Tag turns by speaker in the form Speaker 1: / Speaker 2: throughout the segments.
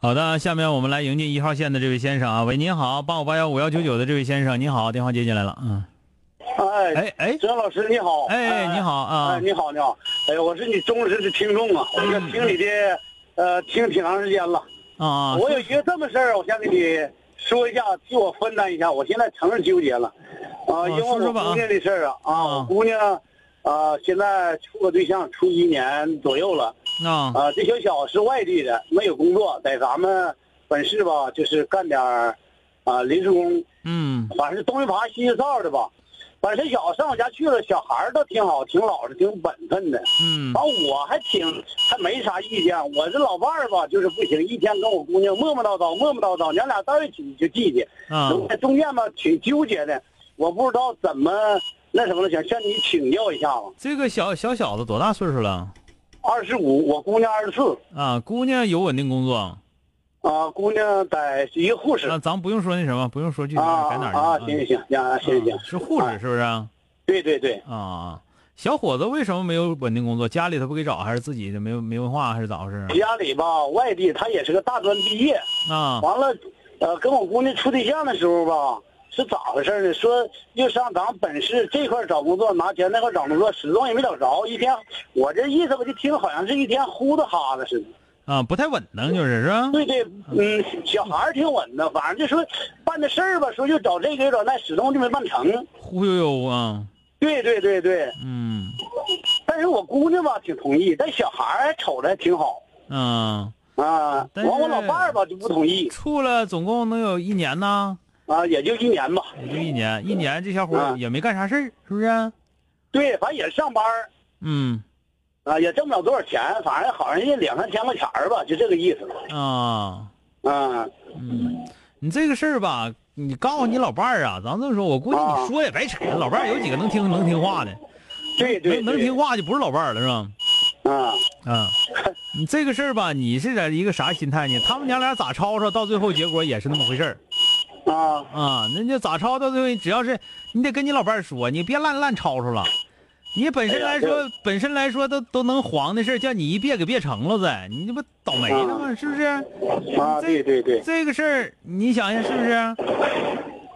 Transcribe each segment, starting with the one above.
Speaker 1: 好的，下面我们来迎进一号线的这位先生啊，喂，您好，八五八幺五幺九九的这位先生，您好，电话接进来了，嗯，
Speaker 2: 哎，
Speaker 1: 哎哎
Speaker 2: 哲老师你好，
Speaker 1: 哎，你，好啊嗯
Speaker 2: 哎，，你好你好，哎，我是你忠实的听众啊，我这听你的，呃，听挺长时间了，
Speaker 1: 啊，
Speaker 2: 我有一个这么事儿，我想给你说一下，替我分担一下，我现在承认纠结了，啊，因为
Speaker 1: 说
Speaker 2: 我
Speaker 1: 说吧啊
Speaker 2: 姑娘的事儿啊，啊，我
Speaker 1: 啊
Speaker 2: 姑娘，啊，现在处个对象处一年左右了，
Speaker 1: 啊
Speaker 2: 啊，这小小是外地的，没有工作，在咱们本市吧，就是干点儿，啊，临时工，
Speaker 1: 嗯
Speaker 2: 反正是东一耙西一哨的吧。反正这小子上我家去了，小孩儿倒挺好，挺老实，挺本分的。
Speaker 1: 嗯
Speaker 2: 完、我还挺还没啥意见。我这老伴儿吧，就是不行，一天跟我姑娘磨磨叨叨，磨磨叨叨，娘俩到一起就记去。
Speaker 1: 啊
Speaker 2: 中间吧，挺纠结的，我不知道怎么那什么了，想向你请教一下子。
Speaker 1: 这个小小小子多大岁数了？
Speaker 2: 二十五，我姑娘二十四，
Speaker 1: 啊，姑娘有稳定工作，
Speaker 2: 啊，姑娘在一个护士。
Speaker 1: 那咱不用说那什么，不用说具体
Speaker 2: 啊
Speaker 1: 啊在哪儿
Speaker 2: 啊！
Speaker 1: 呢
Speaker 2: 行行行，啊行行行
Speaker 1: 啊，是护士
Speaker 2: 啊
Speaker 1: 是不是啊？
Speaker 2: 对对对，
Speaker 1: 啊，小伙子为什么没有稳定工作？家里头不给找，还是自己的没有没文化，还是咋回事啊？
Speaker 2: 家里吧，外地，他也是个大专毕业，
Speaker 1: 啊
Speaker 2: 完了，呃，跟我姑娘处对象的时候吧，是咋回事呢？说又上咱们本市这块儿找工作拿钱，那块儿找工作始终也没找着。一天，我这意思我就听好像是一天呼的哈的似的。
Speaker 1: 啊，不太稳当，就是是吧？
Speaker 2: 对对，嗯，小孩儿挺稳的，反正就说办的事儿吧，说又找这个又找那，始终就没办成。
Speaker 1: 忽悠悠啊，
Speaker 2: 对对对对，
Speaker 1: 嗯
Speaker 2: 但是我姑娘吧挺同意，但小孩儿瞅着还挺好
Speaker 1: 啊，
Speaker 2: 啊。
Speaker 1: 但
Speaker 2: 完
Speaker 1: 是
Speaker 2: 我老伴儿吧就不同意
Speaker 1: 处了总共能有一年呢，
Speaker 2: 啊，也就一年吧。
Speaker 1: 也就一年，一年这小伙儿
Speaker 2: 啊
Speaker 1: 也没干啥事儿，是不是啊？
Speaker 2: 对，反正也是上班儿。
Speaker 1: 嗯
Speaker 2: 啊，也挣不了多少钱，反正好像也两三千块钱儿吧，就这个意思。
Speaker 1: 啊。
Speaker 2: 啊，
Speaker 1: 嗯，你这个事儿吧，你告诉你老伴儿啊，咱这么说，我估计
Speaker 2: 啊
Speaker 1: 你说也白扯，老伴儿有几个能听能听话的，
Speaker 2: 对对
Speaker 1: 能能听
Speaker 2: 对，
Speaker 1: 话就不是老伴儿了是吧？
Speaker 2: 啊，
Speaker 1: 啊，你这个事儿吧，你是在一个啥心态呢？他们娘俩咋吵吵，到最后结果也是那么回事儿
Speaker 2: 啊，
Speaker 1: 啊。那就咋吵到最后，只要是你得跟你老伴儿说，你别烂烂吵吵了。你本身来
Speaker 2: 哎
Speaker 1: 说，本身来说都都能黄的事儿，叫你一别给别成了再，你这不倒霉了吗？是不是？
Speaker 2: 啊，对对对，
Speaker 1: 这个事儿，你想想是不是？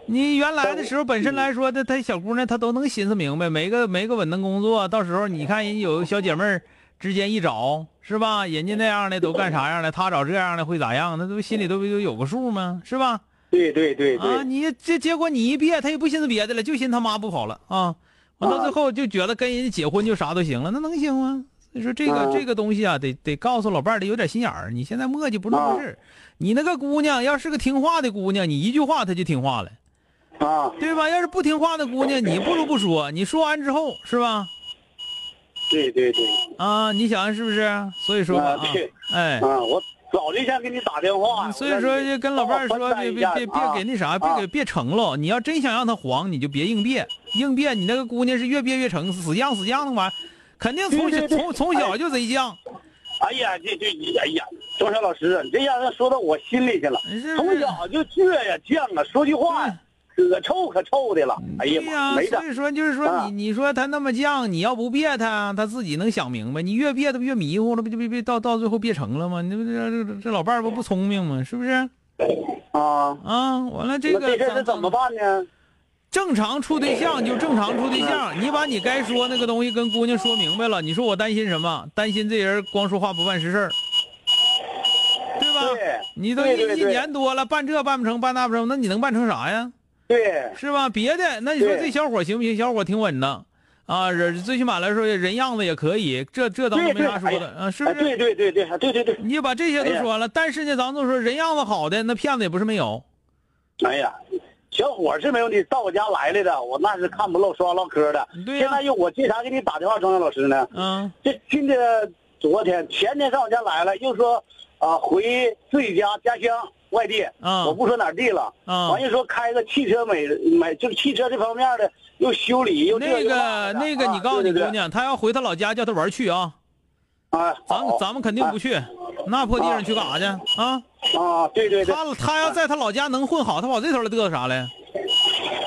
Speaker 1: 你原来的时候本身来说的，她小姑娘她都能寻思明白，没个没个稳定工作，到时候你看人有个小姐妹儿之间一找，是吧？人家那样的都干啥样的，她找这样的会咋样？那都心里都不就有个数吗？是吧？
Speaker 2: 对对对
Speaker 1: 啊，
Speaker 2: 对，
Speaker 1: 你这结果你一别，她也不寻思别的了，就寻思他妈不好了啊！完到最后就觉得跟人家结婚就啥都行了，那能行吗？所以说这个、
Speaker 2: 啊
Speaker 1: 这个东西啊，得得告诉老伴儿得有点心眼儿。你现在磨叽不是
Speaker 2: 啊
Speaker 1: 那么回事儿、你那个姑娘要是个听话的姑娘，你一句话她就听话了，
Speaker 2: 啊，
Speaker 1: 对吧？要是不听话的姑娘，你不如不说，你说完之后是吧？
Speaker 2: 对对对，
Speaker 1: 啊，你想想是不是？所以说吧啊
Speaker 2: 啊对，
Speaker 1: 哎。嗯
Speaker 2: 啊，我早就想给你打电话，
Speaker 1: 所以说，就跟老伴儿说，别别别
Speaker 2: 啊
Speaker 1: 别给那啥，别给别成了。你要真想让他黄，你就别硬别，硬别你那个姑娘是越别越成，死犟死犟的玩意儿，肯定从小
Speaker 2: 对对对
Speaker 1: 从从小就贼犟，
Speaker 2: 哎呀，这这，哎呀，钟山老师啊，你这让人说到我心里去了，
Speaker 1: 是不
Speaker 2: 从
Speaker 1: 是？
Speaker 2: 小就倔呀犟啊，说句话呀，可臭可臭的了，哎
Speaker 1: 对
Speaker 2: 呀
Speaker 1: 嗯呀、
Speaker 2: 妈，没的
Speaker 1: 所，以说就是说
Speaker 2: 啊
Speaker 1: 你你说他那么犟，你要不别他，他自己能想明白。你越别他不越迷糊了，不就别别到到最后别成了吗？你这不这这这老伴儿不不聪明吗？是不是？
Speaker 2: 啊，
Speaker 1: 啊，完了这
Speaker 2: 那
Speaker 1: 个
Speaker 2: 这事儿
Speaker 1: 咱
Speaker 2: 是怎么办呢？
Speaker 1: 正常处对象就正常处对象，你把你该说那个东西跟姑娘说明白了。你说我担心什么？担心这人光说话不办实事儿，了，
Speaker 2: 对，
Speaker 1: 你都
Speaker 2: 对
Speaker 1: 一
Speaker 2: 对
Speaker 1: 一
Speaker 2: 对
Speaker 1: 年多了，办这办不成，办那不成，那你能办成啥呀？
Speaker 2: 对
Speaker 1: 是吧？别的，那你说
Speaker 2: 对
Speaker 1: 这小伙行不行？小伙挺稳当，啊，人最起码来说人样子也可以，这这当中没
Speaker 2: 对对
Speaker 1: 啥说
Speaker 2: 哎
Speaker 1: 的
Speaker 2: 呀
Speaker 1: 啊，是
Speaker 2: 哎，
Speaker 1: 不是？
Speaker 2: 对对对对对对对，
Speaker 1: 你就把这些
Speaker 2: 哎
Speaker 1: 都
Speaker 2: 呀
Speaker 1: 说了，但是呢，咱们都说人样子好的那骗子也不是没有，
Speaker 2: 哎呀，小伙儿是没问题，到我家来来的，我那是看不漏刷唠嗑的。
Speaker 1: 对呀
Speaker 2: 现在又我为啥给你打电话，庄阳老师呢？
Speaker 1: 嗯
Speaker 2: 这今天昨天前天上我家来了，又说啊回自己家家乡外地，
Speaker 1: 嗯
Speaker 2: 我不说哪儿地了，
Speaker 1: 嗯
Speaker 2: 完又说开个汽车美美，就是汽车这方面的，又修理又这
Speaker 1: 那
Speaker 2: 又
Speaker 1: 个
Speaker 2: 的
Speaker 1: 那个，
Speaker 2: 啊
Speaker 1: 你告诉你
Speaker 2: 对对对
Speaker 1: 姑娘，她要回她老家，叫她玩儿去啊，
Speaker 2: 啊，
Speaker 1: 咱们
Speaker 2: 好
Speaker 1: 咱们肯定不去，那破地方去干啥去啊？
Speaker 2: 啊，对对对，
Speaker 1: 她她要在她老家能混好，她跑这头来嘚瑟啥来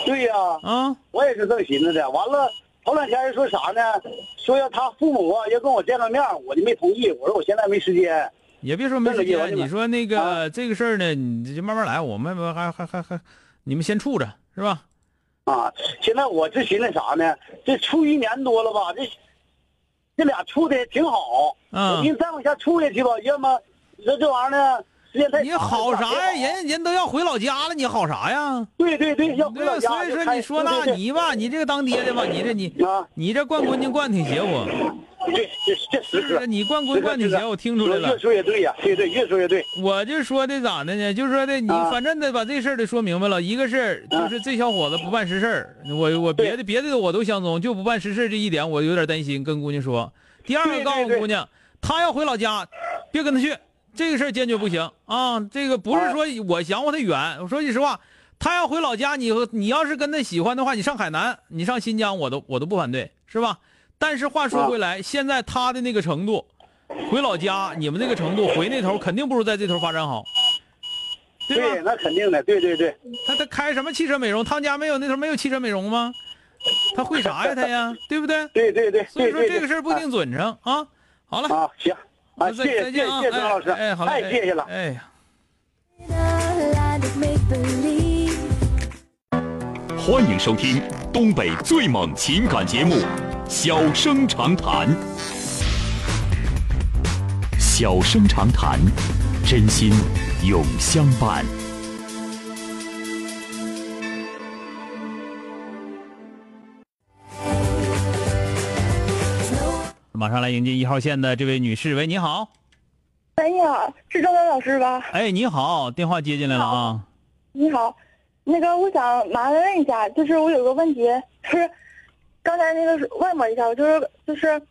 Speaker 2: 对呀、
Speaker 1: 啊？
Speaker 2: 我也是这么寻思的。完了，头两天人说啥呢？说要他父母啊要跟我见个面，我就没同意。我说我现在没时间。
Speaker 1: 也别说没时
Speaker 2: 这个意
Speaker 1: 间，
Speaker 2: 思
Speaker 1: 你说那个
Speaker 2: 啊
Speaker 1: 这个事儿呢，你就慢慢来，我们还还还还，你们先处着是吧？
Speaker 2: 啊，现在我这寻思啥呢？这处一年多了吧，这这俩处的也挺好。
Speaker 1: 嗯
Speaker 2: 我寻思再往下处下去吧，要么你说这玩意儿呢，时间太
Speaker 1: 你
Speaker 2: 长了
Speaker 1: 好啥呀？？
Speaker 2: 也不好
Speaker 1: 人人都要回老家了，你好啥呀？
Speaker 2: 对对对，要回
Speaker 1: 对吧，
Speaker 2: 老家
Speaker 1: 所以
Speaker 2: 就
Speaker 1: 说
Speaker 2: 开
Speaker 1: 你说那
Speaker 2: 对对对
Speaker 1: 你吧，你这个当爹的吧，你这你
Speaker 2: 啊，
Speaker 1: 你这灌棍就灌挺邪乎，
Speaker 2: 对，这这实
Speaker 1: 是
Speaker 2: 是。
Speaker 1: 你灌棍灌挺邪乎，我听出来了
Speaker 2: 越。说越对呀、对对，越说越对。
Speaker 1: 我就说的咋的呢？就是说的你
Speaker 2: 啊
Speaker 1: 反正得把这事儿得说明白了。一个事儿就是这小伙子不办实事儿，我我
Speaker 2: 对
Speaker 1: 别的别的我都相中，就不办实事儿这一点我有点担心。跟姑娘说，第二个
Speaker 2: 对对
Speaker 1: 告诉
Speaker 2: 对
Speaker 1: 姑娘，她要回老家，别跟她去，这个事儿坚决不行啊！这个不是
Speaker 2: 啊
Speaker 1: 说我想我她远，我说句实话，她要回老家，你和你要是跟她喜欢的话，你上海南，你上新疆，我都我都不反对，是吧？但是话
Speaker 2: 啊
Speaker 1: 说回来，现在她的那个程度，回老家你们那个程度，回那头肯定不如在这头发展好，对吧？
Speaker 2: 那肯定的，对对对。
Speaker 1: 他他开什么汽车美容？他们家没有那头没有汽车美容吗？他会啥呀？他呀，对不对？
Speaker 2: 对对对，
Speaker 1: 所以
Speaker 2: 对
Speaker 1: 说
Speaker 2: 对
Speaker 1: 这个
Speaker 2: 对
Speaker 1: 事儿不一定准成啊。好了，
Speaker 2: 啊，行啊，
Speaker 1: 那再
Speaker 2: 谢谢
Speaker 1: 再
Speaker 2: 谢谢
Speaker 1: 见啊，
Speaker 2: 谢谢张老师，
Speaker 1: 哎哎，好嘞，
Speaker 2: 太谢谢了。
Speaker 1: 哎哎呀。
Speaker 3: 欢迎收听东北最猛情感节目《小生长谈》。小生长谈，真心永相伴。
Speaker 1: 马上来迎接一号线的这位女士，喂，你好，
Speaker 4: 哎，你好，是张丹老师吧？
Speaker 1: 哎，你好，电话接进来了啊，
Speaker 4: 你好，那个我想麻烦问一下，就是我有个问题，就是刚才那个是问我一下，我就是就是，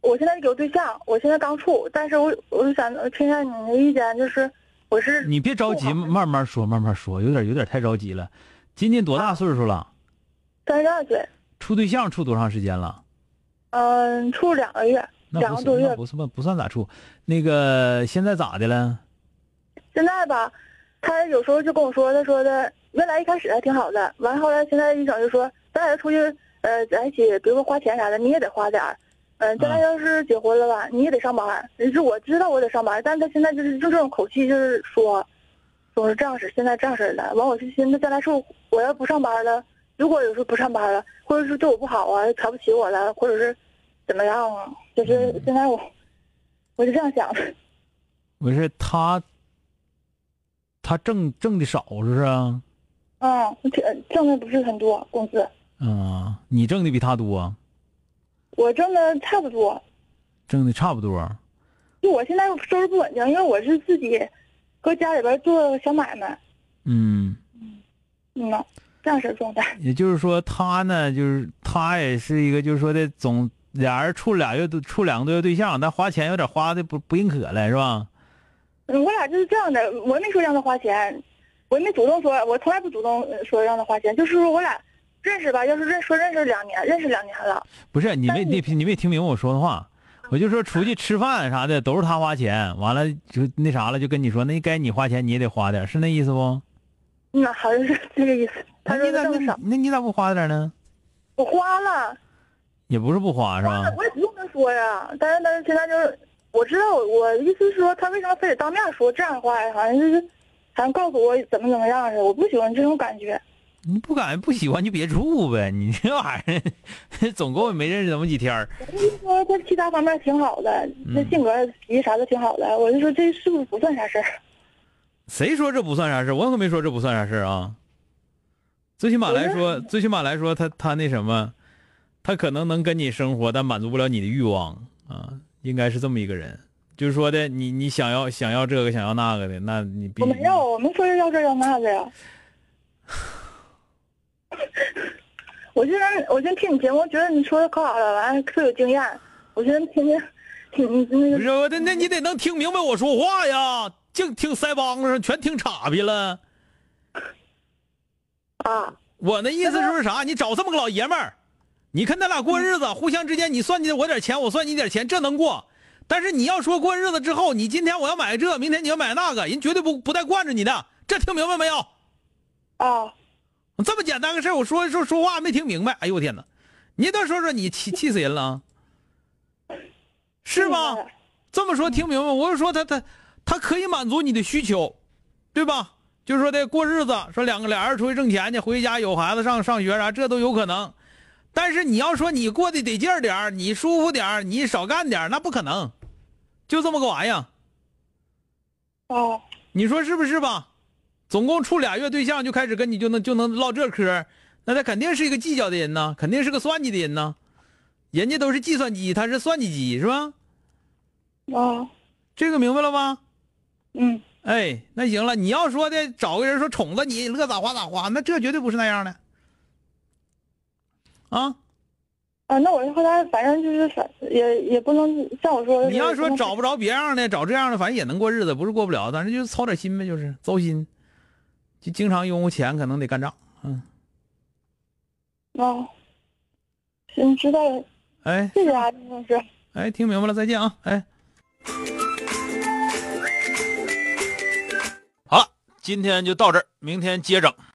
Speaker 4: 我现在有对象，我现在刚处，但是我我就想听一下你的意见，就是我是
Speaker 1: 你别着急，慢慢说，慢慢说，有点有点太着急了。今年多大岁数了？
Speaker 4: 三十二岁，
Speaker 1: 处对象处多长时间了？
Speaker 4: 嗯，处两个月，
Speaker 1: 那
Speaker 4: 两
Speaker 1: 不
Speaker 4: 个
Speaker 1: 是
Speaker 4: 多
Speaker 1: 那
Speaker 4: 月，
Speaker 1: 不算不算咋处？那个现在咋的了？
Speaker 4: 现在吧，他有时候就跟我说，他说的原来一开始还挺好的，完后来现在一整就说，咱俩出去，呃，在一起，比如说花钱啥的，你也得花点儿。嗯、将来要是结婚了吧，你也得上班儿。就是我知道我得上班儿，但是他现在就是就这种口气，就是说，总是这样式儿，现在这样式儿的。完，我就寻思，将来是我我要不上班儿了，如果有时候不上班儿了，或者是对我不好啊，瞧不起我了，或者是怎么样啊，就是现在我，我是这样想的。
Speaker 1: 不是他，他挣挣的少是不是啊？
Speaker 4: 嗯，挣挣的不是很多工资，
Speaker 1: 嗯，你挣的比他多，
Speaker 4: 我挣的差不多。
Speaker 1: 挣的差不多。
Speaker 4: 就我现在收入不稳定，因为我是自己搁家里边做小买卖，
Speaker 1: 嗯，
Speaker 4: 嗯呐，这样式儿状态。
Speaker 1: 也就是说他呢，就是他也是一个，就是说的总俩人处俩月处两个多月对象，但花钱有点花的不不认可了，是吧？
Speaker 4: 嗯我俩就是这样的，我也没说让他花钱，我也没主动说，我从来不主动呃说让他花钱，就是说我俩认识吧，要是认说认识两年，认识两年了，
Speaker 1: 不是你没
Speaker 4: 但
Speaker 1: 你
Speaker 4: 你
Speaker 1: 你没听明白我说的话，我就说出去吃饭啥的都是他花钱，完了就那啥了，就跟你说那该你花钱你也得花点，是那意思不？
Speaker 4: 嗯呐，好像是这个意思。他
Speaker 1: 那
Speaker 4: 说
Speaker 1: 你
Speaker 4: 他
Speaker 1: 咋
Speaker 4: 挣的
Speaker 1: 那
Speaker 4: 少，
Speaker 1: 那你咋不花点呢？
Speaker 4: 我花了，
Speaker 1: 也不是不花是吧？
Speaker 4: 花了，我也不用他说呀，但是但是现在就是。我知道，我意思是说，他为什么非得当面说这样的话呀？好像就是，好像告诉我怎么怎么样似的，我不喜欢这种感觉。
Speaker 1: 你不敢不喜欢就别处呗，你这玩意儿 总共也没认识怎么几天儿
Speaker 4: 说他其他方面挺好的，那
Speaker 1: 嗯
Speaker 4: 性格脾气啥的挺好的，我就说这是不是不算啥事儿？
Speaker 1: 谁说这不算啥事儿我可没说这不算啥事儿啊。最起码来说，最起码来说，他他那什么，他可能能跟你生活，但满足不了你的欲望啊，应该是这么一个人。就是说的，你你想要想要这个想要那个的，那你必
Speaker 4: 我没有，我没说要这要那 的呀。我现在我先听你节目，我觉得你说的可好了，完了特有经验。我现在天天听你那
Speaker 1: 不
Speaker 4: 个
Speaker 1: 是我那那你得能听明白我说话呀，净听腮帮子上，全听岔劈了。
Speaker 4: 啊，
Speaker 1: 我那意思是不是啥？你找这么个老爷们儿，你看咱俩过日子，互相之间你算计我点钱，我算计你点钱，这能过。但是你要说过日子之后，你今天我要买这，明天你要买那个，人绝对不不带惯着你的，这听明白没有？
Speaker 4: 啊，
Speaker 1: 这么简单个事儿，我说说说话没听明白，哎呦我天哪！你倒说说你气气死人了啊，是吧
Speaker 4: 明白了？
Speaker 1: 这么说听明白吗？我是说他他他可以满足你的需求，对吧？就是说得过日子，说两个俩人出去挣钱去，回家有孩子上上学啥，这都有可能。但是你要说你过得得劲儿点儿，你舒服点儿，你少干点儿，那不可能，就这么个玩意儿，
Speaker 4: 啊，
Speaker 1: 你说是不是吧？总共处俩月对象就开始跟你就能就能唠这嗑儿，那他肯定是一个计较的人呐，肯定是个算计的人呐。人家都是计算机，他是算计机，是吧？
Speaker 4: 啊，
Speaker 1: 这个明白了吧？
Speaker 4: 嗯，
Speaker 1: 哎，那行了，你要说的找个人说宠着你，乐咋花咋花，那这绝对不是那样的。啊，
Speaker 4: 啊，那我后来反正就是反也也不能像我说的，
Speaker 1: 你要说找
Speaker 4: 不
Speaker 1: 不着别样的，找这样的，反正也能过日子，不是过不了，但是就是操点心呗，就是糟心，就经常用钱，可能得干仗。
Speaker 4: 啊，行，知道了，
Speaker 1: 哎
Speaker 4: 谢谢啊，陈老师。
Speaker 1: 哎，听明白了，再见啊！哎，
Speaker 5: 好了，今天就到这儿，明天接整。